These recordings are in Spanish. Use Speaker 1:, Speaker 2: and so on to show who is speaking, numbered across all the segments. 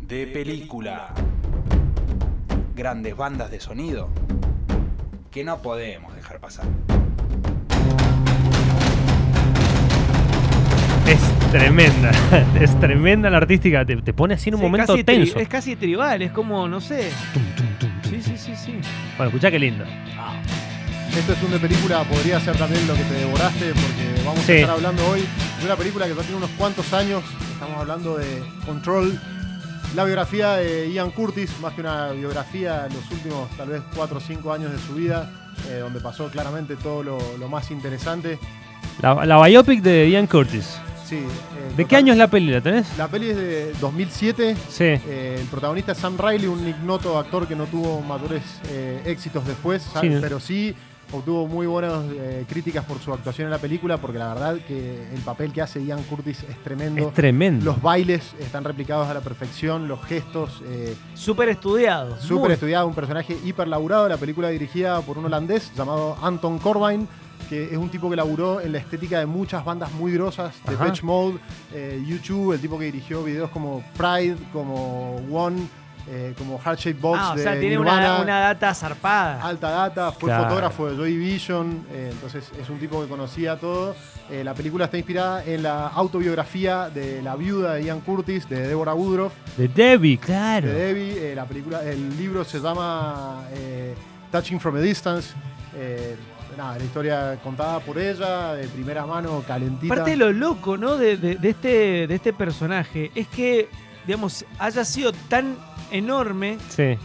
Speaker 1: de película. Grandes bandas de sonido que no podemos dejar pasar.
Speaker 2: Es tremenda, es tremenda la artística. Te, te pone así en un
Speaker 3: Sí,
Speaker 2: momento
Speaker 3: casi tri-
Speaker 2: tenso.
Speaker 3: Es casi tribal, es como, no sé.
Speaker 2: Tum, tum, tum, tum.
Speaker 3: Sí, sí, sí, sí.
Speaker 2: Bueno, escuchá qué lindo.
Speaker 4: Esto es un de película, podría ser también lo que te devoraste, porque vamos
Speaker 2: Sí.
Speaker 4: a estar hablando hoy de una película que ya tiene unos cuantos años. Estamos hablando de Control, la biografía de Ian Curtis, más que una biografía, los últimos tal vez 4 o 5 años de su vida, eh, donde pasó claramente todo lo, lo más interesante.
Speaker 2: La, la biopic de Ian Curtis.
Speaker 4: Sí, eh,
Speaker 2: ¿De
Speaker 4: total-
Speaker 2: qué año es la peli? ¿La tenés?
Speaker 4: La peli es de 2007.
Speaker 2: Sí.
Speaker 4: Eh, el protagonista es Sam Riley, un ignoto actor que no tuvo mayores eh, éxitos después,
Speaker 2: Sí, ¿no?
Speaker 4: pero sí obtuvo muy buenas eh, críticas por su actuación en la película, porque la verdad que el papel que hace Ian Curtis es tremendo.
Speaker 2: Es tremendo.
Speaker 4: Los bailes están replicados a la perfección, los gestos. eh,
Speaker 3: Súper estudiado.
Speaker 4: Súper estudiado, un personaje hiper laburado. La película dirigida por un holandés llamado Anton Corbijn, que es un tipo que laburó en la estética de muchas bandas muy grosas, de
Speaker 2: Ajá.
Speaker 4: Patch Mode, eh, YouTube, el tipo que dirigió videos como Pride, como One, eh, como Heart Shape Box.
Speaker 3: Ah, o
Speaker 4: de
Speaker 3: sea, tiene
Speaker 4: Nirvana.
Speaker 3: una, una data zarpada.
Speaker 4: Alta data, fue
Speaker 2: Claro.
Speaker 4: fotógrafo de Joy Vision, eh, entonces es un tipo que conocía todo. Eh, la película está inspirada en la autobiografía de la viuda de Ian Curtis, de Deborah Woodruff,
Speaker 2: De Debbie, claro.
Speaker 4: de Debbie. eh, la película, el libro se llama eh, Touching from a Distance. eh, nada, la historia contada por ella, de primera mano, calentita.
Speaker 3: Parte de lo loco, ¿no? De, de- de este, de este personaje es que, digamos, haya sido tan enorme,
Speaker 2: Sí.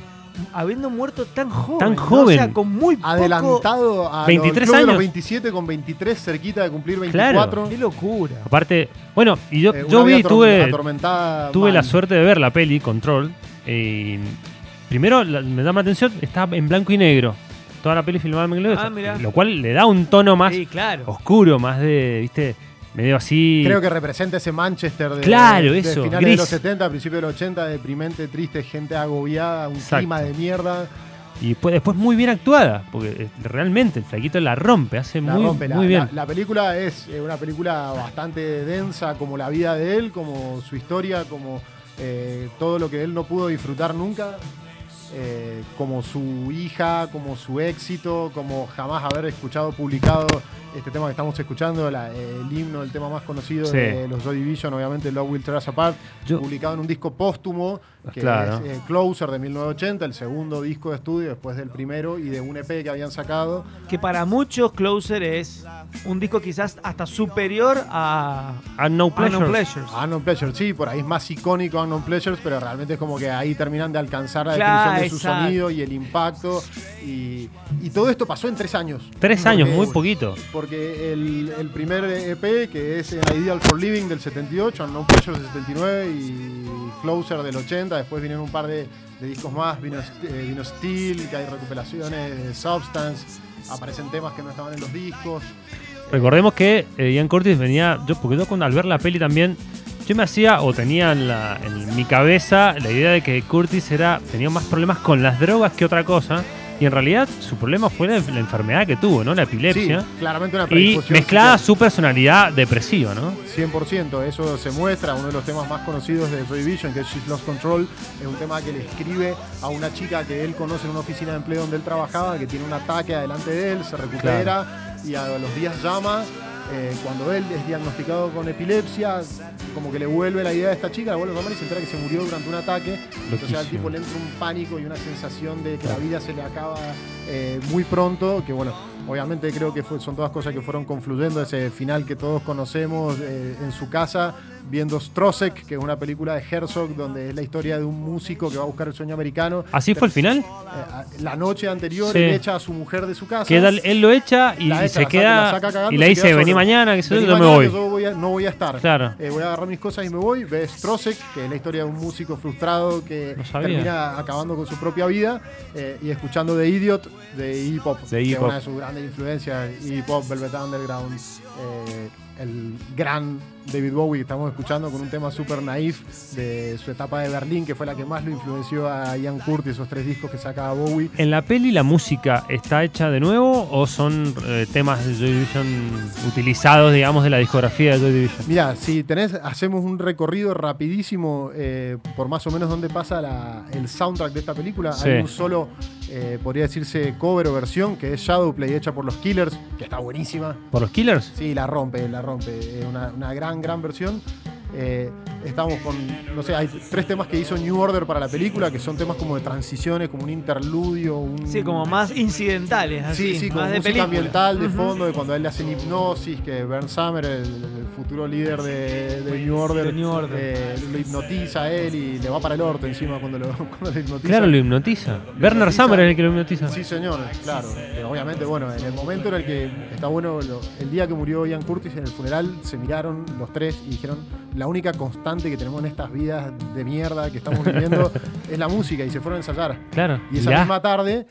Speaker 3: habiendo muerto tan joven.
Speaker 2: Tan
Speaker 3: ¿no?
Speaker 2: joven.
Speaker 3: O sea, con muy poco.
Speaker 4: Adelantado a
Speaker 2: 23
Speaker 4: los, club de
Speaker 2: años.
Speaker 4: los 27 con 23, cerquita de cumplir
Speaker 2: Claro.
Speaker 4: 24.
Speaker 3: Qué locura.
Speaker 2: Aparte, bueno, y yo,
Speaker 4: Eh, una
Speaker 2: yo
Speaker 4: vida
Speaker 2: vi,
Speaker 4: ator-
Speaker 2: tuve,
Speaker 4: atormentada
Speaker 2: tuve
Speaker 4: mal.
Speaker 2: la suerte de ver la peli, Control. y primero, la- me llama la atención, está en blanco y negro. Toda la peli filmada en blanco y negro.
Speaker 3: Ah, mirá.
Speaker 2: lo cual le da un tono más oh.
Speaker 3: Sí, claro.
Speaker 2: oscuro, más de, viste, medio así.
Speaker 4: Creo que representa ese Manchester de,
Speaker 2: Claro,
Speaker 4: de
Speaker 2: eso,
Speaker 4: finales
Speaker 2: gris.
Speaker 4: de los 70, principios de los 80, deprimente, triste, gente agobiada, un
Speaker 2: Exacto.
Speaker 4: clima de mierda.
Speaker 2: Y después, después muy bien actuada, porque eh, realmente el flaquito la rompe, hace
Speaker 4: La
Speaker 2: muy,
Speaker 4: rompe, la-
Speaker 2: muy
Speaker 4: la-
Speaker 2: bien.
Speaker 4: La, película es eh, una película bastante densa, como la vida de él, como su historia, como eh, todo lo que él no pudo disfrutar nunca, eh, como su hija, como su éxito, como jamás haber escuchado publicado este tema que estamos escuchando, la- eh, el himno, el tema más conocido
Speaker 2: Sí.
Speaker 4: de los Joy Division, obviamente Love Will Tear Us Apart,
Speaker 2: Yo-
Speaker 4: publicado en un disco póstumo que
Speaker 2: Claro.
Speaker 4: es eh, Closer de 1980, el segundo disco de estudio después del primero y de un EP que habían sacado.
Speaker 3: Que para muchos Closer es un disco quizás hasta superior a,
Speaker 2: Ah, no
Speaker 3: a
Speaker 2: pleasure.
Speaker 3: No Pleasures.
Speaker 4: Unknown Pleasures, sí, por ahí es más icónico Unknown Pleasures, pero realmente es como que ahí terminan de alcanzar la
Speaker 3: Claro,
Speaker 4: definición de su
Speaker 3: exacto.
Speaker 4: sonido y el impacto. Y, y todo esto pasó en tres años.
Speaker 2: Tres años, muy poquito.
Speaker 4: Porque el, el primer EP, que es eh, Ideal for Living del 78, Unknown Pleasures del 79 y Closer del 80, después vinieron un par de, de discos más, vino, St- eh, vino Steel, que hay recuperaciones de Substance, aparecen temas que no estaban en los discos.
Speaker 2: Recordemos que eh, Ian Curtis venía, yo porque yo cuando al ver la peli también, yo me hacía o tenía en, la- en mi cabeza la idea de que Curtis era tenía más problemas con las drogas que otra cosa y en realidad su problema fue la, la enfermedad que tuvo, ¿no? La epilepsia
Speaker 4: Sí, claramente una
Speaker 2: ¿eh? y
Speaker 4: predisposición
Speaker 2: mezclada
Speaker 4: psiquiátrica.
Speaker 2: su personalidad depresiva, ¿no?
Speaker 4: 100%, eso se muestra. Uno de los temas más conocidos de Joy Vision, que es She's Lost Control, es un tema que le escribe a una chica que él conoce en una oficina de empleo donde él trabajaba, que tiene un ataque adelante de él, se recupera y a los días llama. eh, cuando él es diagnosticado con epilepsia, como que le vuelve la idea de esta chica, la vuelve a llamar y se entera que se murió durante un ataque. Entonces al
Speaker 2: Loquísimo.
Speaker 4: tipo le entra un pánico y una sensación de que la vida se le acaba eh, muy pronto, que bueno, obviamente creo que fue- son todas cosas que fueron confluyendo, ese final que todos conocemos eh, en su casa, viendo Strosek, que es una película de Herzog, donde es la historia de un músico que va a buscar el sueño americano.
Speaker 2: Así fue el final,
Speaker 4: Eh, a- la noche anterior
Speaker 2: Sí.
Speaker 4: él echa a su mujer de su casa.
Speaker 2: que él, él lo echa y,
Speaker 4: La
Speaker 2: y
Speaker 4: echa,
Speaker 2: se
Speaker 4: la saca- la
Speaker 2: queda
Speaker 4: saca cagando,
Speaker 2: y le
Speaker 4: se
Speaker 2: dice,
Speaker 4: queda
Speaker 2: vení
Speaker 4: solo".
Speaker 2: mañana, que yo,
Speaker 4: Vení
Speaker 2: yo me
Speaker 4: mañana
Speaker 2: voy.
Speaker 4: que yo voy a- no voy a estar.
Speaker 2: Claro.
Speaker 4: Eh, voy a agarrar mis cosas y me voy. Ves Strosek, que es la historia de un músico frustrado que
Speaker 2: No sabía.
Speaker 4: termina acabando con su propia vida eh, y escuchando The Idiot de Hip Hop,
Speaker 5: De
Speaker 4: que
Speaker 5: Iggy
Speaker 4: es
Speaker 5: Pop.
Speaker 4: una de sus grandes influencias, Hip Hop, Velvet Underground. eh, el gran David Bowie que estamos escuchando con un tema super naif de su etapa de Berlín, que fue la que más lo influenció a Ian Curtis, esos tres discos que saca Bowie.
Speaker 2: ¿En la peli la música está hecha de nuevo o son eh, temas de Joy Division utilizados, digamos, de la discografía de Joy Division?
Speaker 4: Mira, si tenés, hacemos un recorrido rapidísimo eh, por más o menos dónde pasa la- el soundtrack de esta película.
Speaker 2: Sí.
Speaker 4: Hay un solo, eh, podría decirse, cover o versión, que es Shadowplay hecha por los Killers, que está buenísima.
Speaker 2: ¿Por los Killers?
Speaker 4: Sí, la rompe, la rompe. Es una, una gran, gran versión. Eh, estamos con, no sé, hay tres temas que hizo New Order para la película, que son temas como de transiciones, como un interludio, un...
Speaker 3: Sí, como más incidentales, así,
Speaker 4: Mm. Sí, sí, con
Speaker 3: más de
Speaker 4: música
Speaker 3: película.
Speaker 4: ambiental de
Speaker 3: Ujú.
Speaker 4: fondo, de cuando a él le hacen hipnosis, que Bernd Summer, el, el futuro líder de, de New Order,
Speaker 3: De New Order.
Speaker 4: eh, lo hipnotiza a él y le va para el orto encima cuando lo, cuando lo hipnotiza.
Speaker 2: Claro, lo hipnotiza. Bernard Summer es el que lo hipnotiza.
Speaker 4: Sí, señor, claro. Pero obviamente, bueno, en el momento en el que está bueno, lo- el día que murió Ian Curtis en el funeral, se miraron los tres y dijeron: La única constante que tenemos en estas vidas de mierda que estamos viviendo es la música, y se fueron a ensayar.
Speaker 2: Claro.
Speaker 4: Y esa
Speaker 2: mirá.
Speaker 4: misma tarde,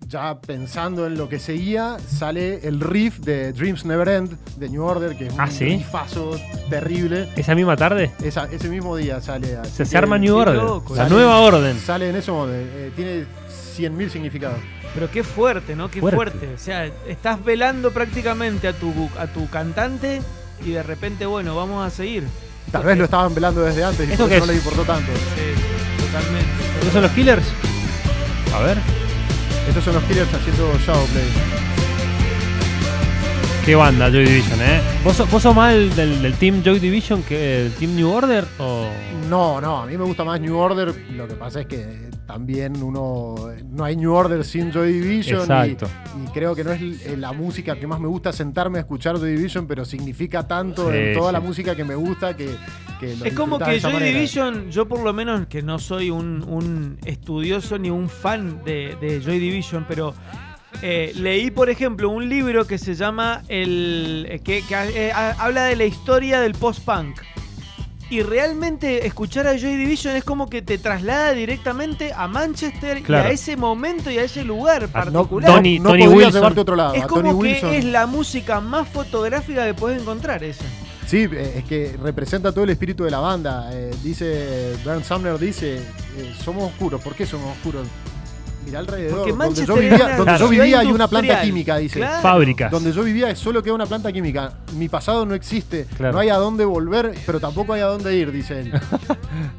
Speaker 4: ya pensando en lo que seguía, sale el riff de Dreams Never End de New Order, que es un
Speaker 2: Ah, ¿sí?
Speaker 4: riffazo terrible.
Speaker 2: ¿Esa misma tarde?
Speaker 4: Esa- ese mismo día sale. así
Speaker 2: Se, se
Speaker 4: que-
Speaker 2: arma New
Speaker 3: qué
Speaker 2: Order.
Speaker 3: loco,
Speaker 2: la
Speaker 4: ¿eh?
Speaker 2: nueva orden.
Speaker 4: Sale en ese momento. eh, tiene 100.000 significados.
Speaker 3: Pero qué fuerte, ¿no? Qué
Speaker 2: Fuerte.
Speaker 3: fuerte. O sea, estás velando prácticamente a tu, a tu cantante y de repente, bueno, vamos a seguir.
Speaker 4: Tal vez lo estaban velando desde antes y
Speaker 2: Eh, ¿Esto
Speaker 4: por
Speaker 2: qué
Speaker 4: eso no
Speaker 2: es?
Speaker 4: le importó tanto.
Speaker 3: Sí, totalmente.
Speaker 2: ¿No son los Killers? A ver.
Speaker 4: Estos son los Killers haciendo Shadowplay.
Speaker 2: Qué banda, Joy Division, ¿eh? ¿Vos, sos- vos sos más del, del- del Team Joy Division que el Team New Order? O...
Speaker 4: No, no, a mí me gusta más New Order. Lo que pasa es que también uno. No hay New Order sin Joy Division. y-
Speaker 2: Exacto.
Speaker 4: Y, creo que no es l- eh, la música que más me gusta sentarme a escuchar Joy Division, pero significa tanto
Speaker 2: Sí,
Speaker 4: en toda
Speaker 2: sí.
Speaker 4: la música que me gusta que. que lo
Speaker 3: Es como
Speaker 4: disfrutaba de
Speaker 3: que
Speaker 4: esa
Speaker 3: Joy
Speaker 4: manera.
Speaker 3: Division, yo por lo menos que no soy un, un estudioso ni un fan de, de Joy Division, pero eh, leí, por ejemplo, un libro que se llama el eh, que, que, eh, ha- habla de la historia del post-punk. Y realmente escuchar a Joy Division es como que te traslada directamente a Manchester
Speaker 2: Claro.
Speaker 3: y a ese momento y a ese lugar
Speaker 4: Ah, No,
Speaker 3: particular.
Speaker 2: Tony-
Speaker 4: no
Speaker 2: Tony
Speaker 4: podía
Speaker 2: Wilson.
Speaker 4: llevarte a otro lado.
Speaker 3: es
Speaker 4: a
Speaker 3: como
Speaker 4: Tony
Speaker 3: que
Speaker 4: Wilson.
Speaker 3: es la música más fotográfica que puedes encontrar esa.
Speaker 4: Sí, eh, es que representa todo el espíritu de la banda. Eh, dice, Bernd Sumner dice, eh, somos oscuros. ¿Por qué somos oscuros? Mirá alrededor.
Speaker 3: Porque
Speaker 4: donde yo
Speaker 3: Manchester
Speaker 4: vivía,
Speaker 3: era una
Speaker 4: donde yo
Speaker 3: ciudad
Speaker 4: vivía hay una planta
Speaker 3: industrial.
Speaker 4: química, dice.
Speaker 3: Claro.
Speaker 2: Fábricas.
Speaker 4: Donde yo vivía solo queda una planta química. Mi pasado no existe.
Speaker 2: Claro.
Speaker 4: No hay a dónde volver, pero tampoco hay a dónde ir, dice él.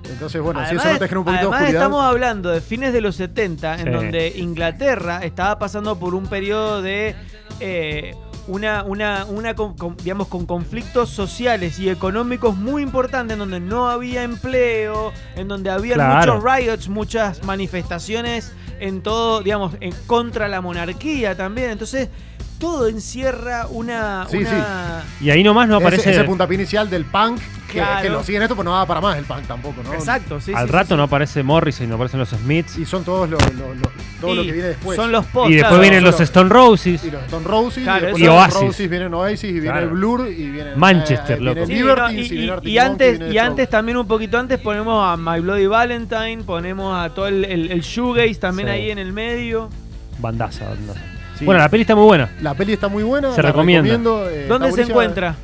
Speaker 4: Entonces, bueno, si eso no te genera un poquito de
Speaker 3: además
Speaker 4: oscuridad.
Speaker 3: estamos hablando de fines de los 70,
Speaker 2: Sí.
Speaker 3: en donde Inglaterra estaba pasando por un periodo de eh, una, una, una con, con- digamos, con conflictos sociales y económicos muy importantes, en donde no había empleo, en donde había
Speaker 2: Claro.
Speaker 3: muchos riots, muchas manifestaciones en todo, digamos, en contra la monarquía también. Entonces, todo encierra una...
Speaker 4: Sí,
Speaker 3: una-
Speaker 2: Y ahí nomás no
Speaker 4: Ese-
Speaker 2: aparece.
Speaker 4: ese, puntapié inicial del punk, que- que,
Speaker 3: Claro.
Speaker 4: lo siguen esto, pues no va para más el punk tampoco, ¿no?
Speaker 3: Exacto, sí.
Speaker 2: al
Speaker 3: sí,
Speaker 2: rato
Speaker 3: sí,
Speaker 2: no aparece Morrison, no aparecen los Smiths.
Speaker 4: Y son todos los, los- los- todo lo
Speaker 3: Y
Speaker 4: que viene después.
Speaker 3: Son los
Speaker 2: Y,
Speaker 3: post,
Speaker 2: después
Speaker 3: claro.
Speaker 2: vienen los
Speaker 4: solo-
Speaker 2: Stone Roses.
Speaker 4: Y los Stone Roses,
Speaker 3: Claro,
Speaker 4: y, después
Speaker 3: eso-
Speaker 4: de
Speaker 2: Y
Speaker 4: los
Speaker 2: Oasis.
Speaker 4: Roses vienen Oasis, y viene
Speaker 2: Claro.
Speaker 4: el Blur, y viene eh,
Speaker 2: Manchester,
Speaker 4: viene
Speaker 2: loco.
Speaker 3: Sí,
Speaker 4: Libertines,
Speaker 3: no, y-
Speaker 4: y viene
Speaker 3: y-
Speaker 4: Arctic
Speaker 3: y
Speaker 4: Monkeys,
Speaker 3: antes,
Speaker 4: viene
Speaker 3: y
Speaker 4: Strokes.
Speaker 3: antes también un poquito antes ponemos a My Bloody Valentine, ponemos a todo el, el, el shoegaze también
Speaker 2: Sí.
Speaker 3: ahí en el medio.
Speaker 2: Bandaza, bandaza.
Speaker 4: Sí.
Speaker 2: Bueno, la peli está muy buena.
Speaker 4: La peli está muy buena.
Speaker 2: Se
Speaker 4: la
Speaker 2: recomienda.
Speaker 4: recomiendo, eh,
Speaker 3: ¿Dónde
Speaker 4: está
Speaker 3: se
Speaker 4: buenísima.
Speaker 3: encuentra?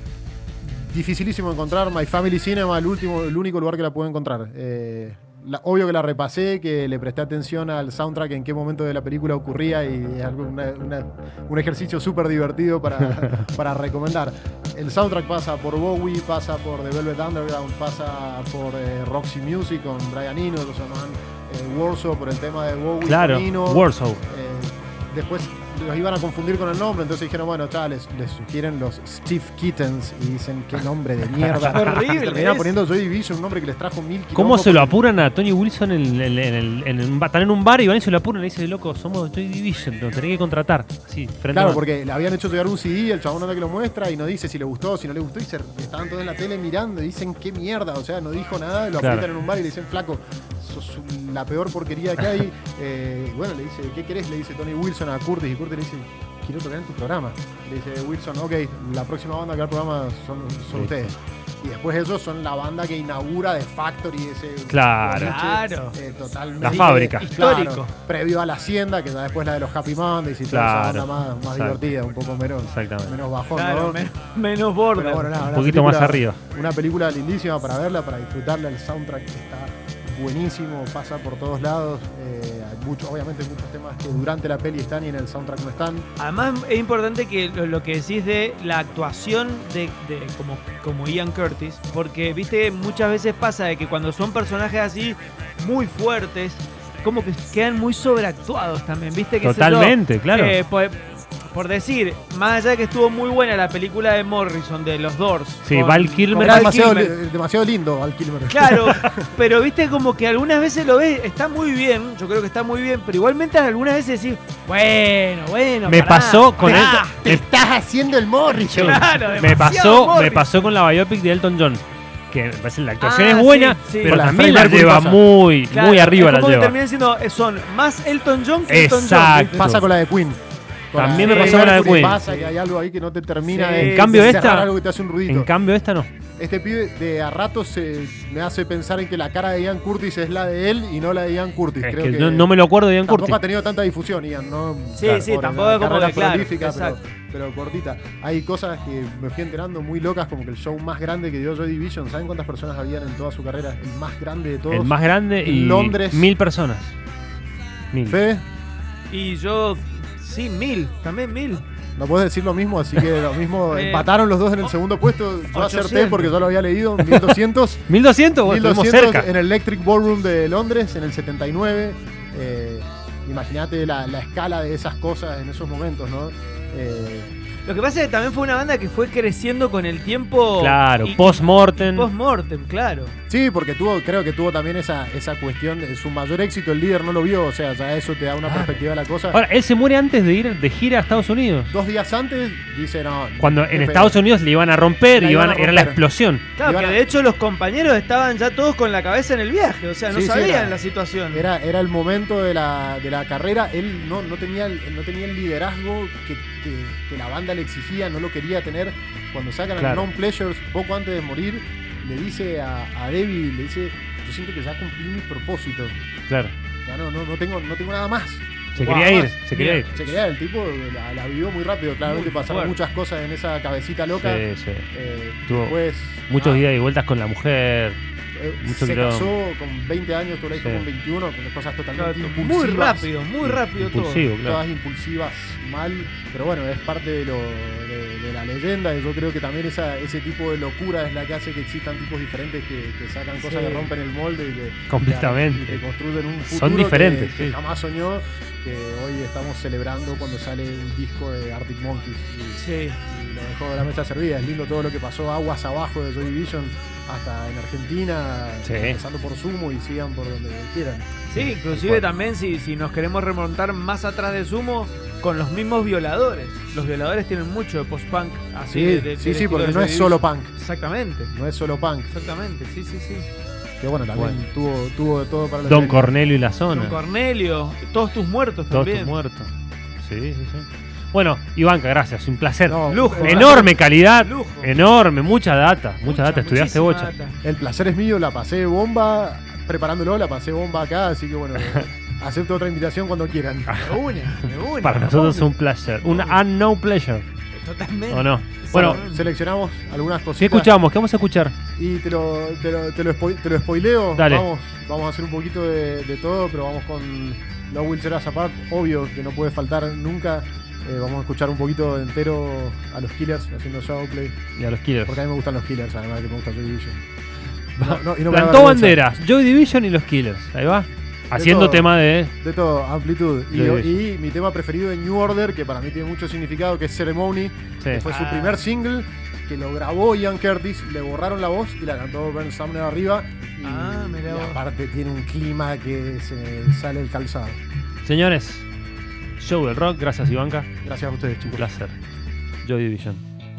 Speaker 4: Dificilísimo encontrar My Family Cinema, el último, el único lugar que la puedo encontrar. Eh, la- obvio que la repasé, que le presté atención al soundtrack, en qué momento de la película ocurría y es algo- una- una- un ejercicio súper divertido para, para recomendar. El soundtrack pasa por Bowie, pasa por The Velvet Underground, pasa por eh, Roxy Music con Brian Eno, los llaman eh, Warsaw por el tema de Bowie.
Speaker 2: Claro,
Speaker 4: con Eno.
Speaker 2: Warsaw.
Speaker 4: Eh, después los iban a confundir con el nombre, entonces dijeron, bueno, chales, les sugieren los Steve Kittens y dicen, qué nombre de mierda.
Speaker 3: Horrible
Speaker 4: Y Terminaron
Speaker 3: es.
Speaker 4: poniendo Joy Division, un nombre que les trajo mil kilómetros.
Speaker 2: ¿Cómo se lo apuran a Tony Wilson en, en- en- en- en un ba- están en un bar y van y se lo apuran? Le dice, loco, somos Joy Division, nos tenés que contratar. Así, frente
Speaker 4: Claro,
Speaker 2: a-
Speaker 4: porque le habían hecho llegar un CD, el chabón anda que lo muestra y no dice si le gustó, si no le gustó, y se estaban todos en la tele mirando y dicen qué mierda, o sea, no dijo nada, lo
Speaker 2: Claro.
Speaker 4: aprietan en un bar y le dicen flaco, sos un- la peor porquería que hay. Eh, y bueno, le dice, ¿qué querés? Le dice Tony Wilson a Curtis y Curtis le dice, quiero tocar en tu programa. Le dice Wilson, ok, la próxima banda que va al programa son, son
Speaker 2: Listo.
Speaker 4: ustedes. Y después ellos son la banda que inaugura The Factory, ese
Speaker 2: Claro.
Speaker 4: boliche,
Speaker 3: Claro.
Speaker 4: eh, totalmente.
Speaker 2: La fábrica.
Speaker 4: claro,
Speaker 3: Histórico.
Speaker 4: previo a la hacienda, que ya después la de los Happy Mondays y toda
Speaker 2: Claro.
Speaker 4: esa banda más, más
Speaker 2: Exacto.
Speaker 4: divertida, un poco menos,
Speaker 2: Exactamente.
Speaker 4: menos bajón.
Speaker 3: Claro,
Speaker 4: ¿no?
Speaker 3: men- menos border.
Speaker 4: Pero bueno, nada, una
Speaker 2: poquito
Speaker 4: película-
Speaker 2: más arriba.
Speaker 4: Una película lindísima para verla, para disfrutarla. El soundtrack está buenísimo, pasa por todos lados. eh, hay mucho- obviamente muchos temas que durante la peli están y en el soundtrack no están.
Speaker 3: Además es importante que lo, lo que decís de la actuación de, de- como, como Ian Curtis, porque viste muchas veces pasa de que cuando son personajes así muy fuertes, como que quedan muy sobreactuados también, viste que
Speaker 2: Totalmente, claro.
Speaker 3: por, Eh, por decir, más allá de que estuvo muy buena la película de Morrison de los Doors.
Speaker 2: Sí, Val Kilmer-
Speaker 4: Era
Speaker 3: Val
Speaker 4: demasiado,
Speaker 3: Kilmer.
Speaker 4: li- demasiado lindo al Kilmer.
Speaker 3: Claro, pero viste como que algunas veces lo ves, está muy bien, yo creo que está muy bien, pero igualmente algunas veces decís, bueno, bueno.
Speaker 2: Me
Speaker 3: pará,
Speaker 2: pasó con
Speaker 3: pará".
Speaker 2: Elton- me-
Speaker 4: Estás haciendo el Morrison.
Speaker 3: Claro,
Speaker 2: me
Speaker 3: demasiado
Speaker 2: pasó, me
Speaker 3: Morrison.
Speaker 2: pasó con la biopic de Elton John. Que me parece la actuación
Speaker 3: Ah,
Speaker 2: es buena,
Speaker 3: sí, sí.
Speaker 2: pero
Speaker 4: Con la
Speaker 2: también
Speaker 4: Freddie
Speaker 2: la
Speaker 4: Mercury
Speaker 2: lleva
Speaker 4: pasa.
Speaker 2: muy,
Speaker 3: Claro,
Speaker 2: muy arriba
Speaker 3: es
Speaker 2: la
Speaker 3: como que
Speaker 2: lleva.
Speaker 3: termina siendo, eh, son más Elton John que Elton John.
Speaker 2: Exacto.
Speaker 3: ¿viste?
Speaker 4: Pasa con la de Queen. Con
Speaker 2: También
Speaker 4: la
Speaker 2: me
Speaker 4: de
Speaker 2: pasó con la de
Speaker 4: Mercury
Speaker 2: Queen.
Speaker 4: Pasa que hay algo ahí que no te termina
Speaker 3: Sí.
Speaker 4: de.
Speaker 3: En
Speaker 2: cambio
Speaker 4: de
Speaker 2: esta-
Speaker 4: cerrar algo que te hace un ruidito.
Speaker 2: En cambio, esta no.
Speaker 4: Este pibe de a ratos se- me hace pensar en que la cara de Ian Curtis es la de él y no la de Ian Curtis.
Speaker 2: Es
Speaker 4: Creo
Speaker 2: que no, no me lo acuerdo de Ian
Speaker 4: tampoco
Speaker 2: Curtis.
Speaker 4: ha tenido tanta difusión, Ian. ¿no?
Speaker 3: Sí, sí,
Speaker 4: por
Speaker 3: tampoco
Speaker 4: la
Speaker 3: es como
Speaker 4: carrera
Speaker 3: que, claro,
Speaker 4: prolífica, pero,
Speaker 3: exacto.
Speaker 4: pero cortita. Hay cosas que me fui enterando muy locas, como que el show más grande que dio Joy Division, ¿saben cuántas personas habían en toda su carrera? El más grande de todos.
Speaker 2: El más grande y
Speaker 4: En Londres.
Speaker 2: mil personas. Mil.
Speaker 4: Fede,
Speaker 3: Y yo, sí, mil, también mil.
Speaker 4: no puedes decir lo mismo, así que lo mismo.
Speaker 3: Eh,
Speaker 4: empataron los dos en el segundo puesto. Yo acerté
Speaker 3: 800.
Speaker 4: porque yo lo había leído, 1200.
Speaker 2: 1200, bueno, estuvimos
Speaker 4: 1200
Speaker 2: cerca.
Speaker 4: en el Electric Ballroom de Londres en el 79. Eh, Imagínate la, la escala de esas cosas en esos momentos, ¿no? Eh,
Speaker 3: Lo que pasa es que también fue una banda que fue creciendo con el tiempo.
Speaker 2: Claro,
Speaker 3: y-
Speaker 2: post-mortem.
Speaker 3: post-mortem, claro.
Speaker 4: sí, porque tuvo, creo que tuvo también esa, esa cuestión, eh, su mayor éxito, el líder no lo vio, o sea, ya eso te da una perspectiva de la cosa.
Speaker 2: Ah. Ahora, él se muere antes de ir de gira a Estados Unidos.
Speaker 4: Dos días antes dice, no,
Speaker 2: Cuando
Speaker 4: qué
Speaker 2: en
Speaker 4: pedo.
Speaker 2: Estados Unidos le iban a romper,
Speaker 4: La
Speaker 2: y
Speaker 4: iban a
Speaker 2: era la
Speaker 4: romper.
Speaker 2: explosión.
Speaker 3: Claro,
Speaker 4: Iban
Speaker 3: que
Speaker 4: a-
Speaker 3: de hecho los compañeros estaban ya todos con la cabeza en el viaje, o sea, no
Speaker 4: Sí, sí,
Speaker 3: sabían
Speaker 4: era-
Speaker 3: la situación.
Speaker 4: Era, era el momento de la, de la carrera, él no, no, tenía, el- no tenía el liderazgo que, que- que la banda le exigía, no lo quería tener. Cuando sacan
Speaker 2: Claro.
Speaker 4: a Non Pleasures poco antes de morir, le dice a, a Debbie, le dice, yo siento que ya cumplí mi propósito,
Speaker 2: Claro.
Speaker 4: ya no, no, no tengo, no tengo nada más.
Speaker 2: Se
Speaker 3: Guau,
Speaker 2: quería ir,
Speaker 3: más.
Speaker 2: se quería
Speaker 3: Mira,
Speaker 2: ir.
Speaker 4: Se queda el tipo, la, la vivió muy rápido, claramente
Speaker 3: Muy
Speaker 4: pasaron
Speaker 3: fuerte.
Speaker 4: muchas cosas en esa cabecita loca.
Speaker 2: Sí, sí.
Speaker 4: Eh,
Speaker 2: Tuvo
Speaker 4: después,
Speaker 2: Muchos
Speaker 4: nada,
Speaker 2: días y vueltas con la mujer.
Speaker 4: eh,
Speaker 2: mucho
Speaker 4: se
Speaker 2: quilombo.
Speaker 4: casó con 20 años, por ahí
Speaker 2: Sí.
Speaker 4: con 21, con cosas
Speaker 3: Claro,
Speaker 4: totalmente
Speaker 3: muy
Speaker 4: impulsivas.
Speaker 3: rápido, muy rápido todo.
Speaker 2: Impulsivo, claro.
Speaker 4: todas impulsivas mal, pero bueno, es parte de, lo, de, de la leyenda. y Yo creo que también esa, ese tipo de locura es la que hace que existan tipos diferentes que, que sacan cosas
Speaker 3: Sí.
Speaker 4: que rompen el molde y que,
Speaker 2: Completamente.
Speaker 4: y que construyen un
Speaker 2: Son
Speaker 4: futuro que-
Speaker 2: diferentes,
Speaker 4: que,
Speaker 2: sí.
Speaker 4: jamás soñó, que hoy estamos celebrando cuando sale un disco de Arctic Monkeys. Y,
Speaker 3: Sí.
Speaker 4: y lo dejó de la mesa servida. Es lindo todo lo que pasó aguas abajo de Joy Division hasta en Argentina,
Speaker 2: Sí.
Speaker 4: empezando por Sumo y sigan por donde quieran.
Speaker 3: Sí,
Speaker 2: Tal
Speaker 3: inclusive
Speaker 2: cual.
Speaker 3: también si, si nos queremos remontar más atrás de Sumo con los mismos violadores. Los violadores tienen mucho de post-punk. Así
Speaker 4: Sí,
Speaker 3: de- de-
Speaker 4: sí,
Speaker 3: del
Speaker 4: sí,
Speaker 3: estilo
Speaker 4: porque
Speaker 3: de
Speaker 4: no
Speaker 3: Joy
Speaker 4: es solo
Speaker 3: Division.
Speaker 4: punk.
Speaker 3: Exactamente,
Speaker 4: No es solo punk,
Speaker 3: exactamente, sí, sí, sí.
Speaker 4: Que bueno, también
Speaker 2: Bueno.
Speaker 4: Tuvo, tuvo de todo para los
Speaker 2: Don
Speaker 4: Lennon.
Speaker 2: Cornelio y la
Speaker 3: Don
Speaker 2: zona.
Speaker 3: Cornelio, todos tus muertos
Speaker 2: Todos
Speaker 3: también.
Speaker 2: tus muertos. Sí, sí, sí. Bueno, Ivanka, gracias. Un placer.
Speaker 4: No,
Speaker 3: Lujo.
Speaker 4: el-
Speaker 2: Enorme calidad.
Speaker 3: Lujo.
Speaker 2: Enorme. Mucha data. Mucha, data. Estudiaste
Speaker 3: muchísima
Speaker 2: bocha.
Speaker 3: data.
Speaker 4: El placer es mío, la pasé bomba preparándolo, la pasé bomba acá, así que bueno, acepto otra invitación cuando quieran.
Speaker 2: Ah,
Speaker 3: Me une, me une.
Speaker 2: Para nosotros es un placer. Un unknown pleasure.
Speaker 3: Totalmente.
Speaker 2: ¿O no? Bueno,
Speaker 4: Seleccionamos algunas cositas.
Speaker 2: ¿qué escuchamos? ¿Qué vamos a escuchar?
Speaker 4: Y te lo, te lo, te lo, spo- te lo spoileo.
Speaker 2: Dale.
Speaker 4: Vamos, vamos a hacer un poquito de, de todo, pero vamos con No Will Tear Us Apart, obvio que no puede faltar nunca. Eh, vamos a escuchar un poquito entero a los Killers haciendo Shadowplay,
Speaker 2: Y a los Killers.
Speaker 4: porque a mí me gustan los Killers, además que me gusta Joy Division.
Speaker 2: Va-
Speaker 4: No, no, y no me da
Speaker 2: Plantó
Speaker 4: vergüenza.
Speaker 2: banderas. Joy Division y los Killers. Ahí va. Haciendo
Speaker 4: todo.
Speaker 2: tema de.
Speaker 4: De todo, amplitud. Y,
Speaker 2: Yo-
Speaker 4: y mi tema preferido de New Order, que para mí tiene mucho significado, que es Ceremony,
Speaker 2: Sí.
Speaker 4: que fue su
Speaker 3: Ah.
Speaker 4: primer single, que lo grabó Ian Curtis, le borraron la voz y la cantó Bernd Sumner arriba. Y,
Speaker 3: Ah, mirá
Speaker 4: y
Speaker 3: vos.
Speaker 4: aparte tiene un clima que se me sale el calzado.
Speaker 2: Señores, show del rock. Gracias, Ivanka.
Speaker 4: Gracias a ustedes,
Speaker 2: Un
Speaker 4: chicos.
Speaker 2: placer. Joy Division.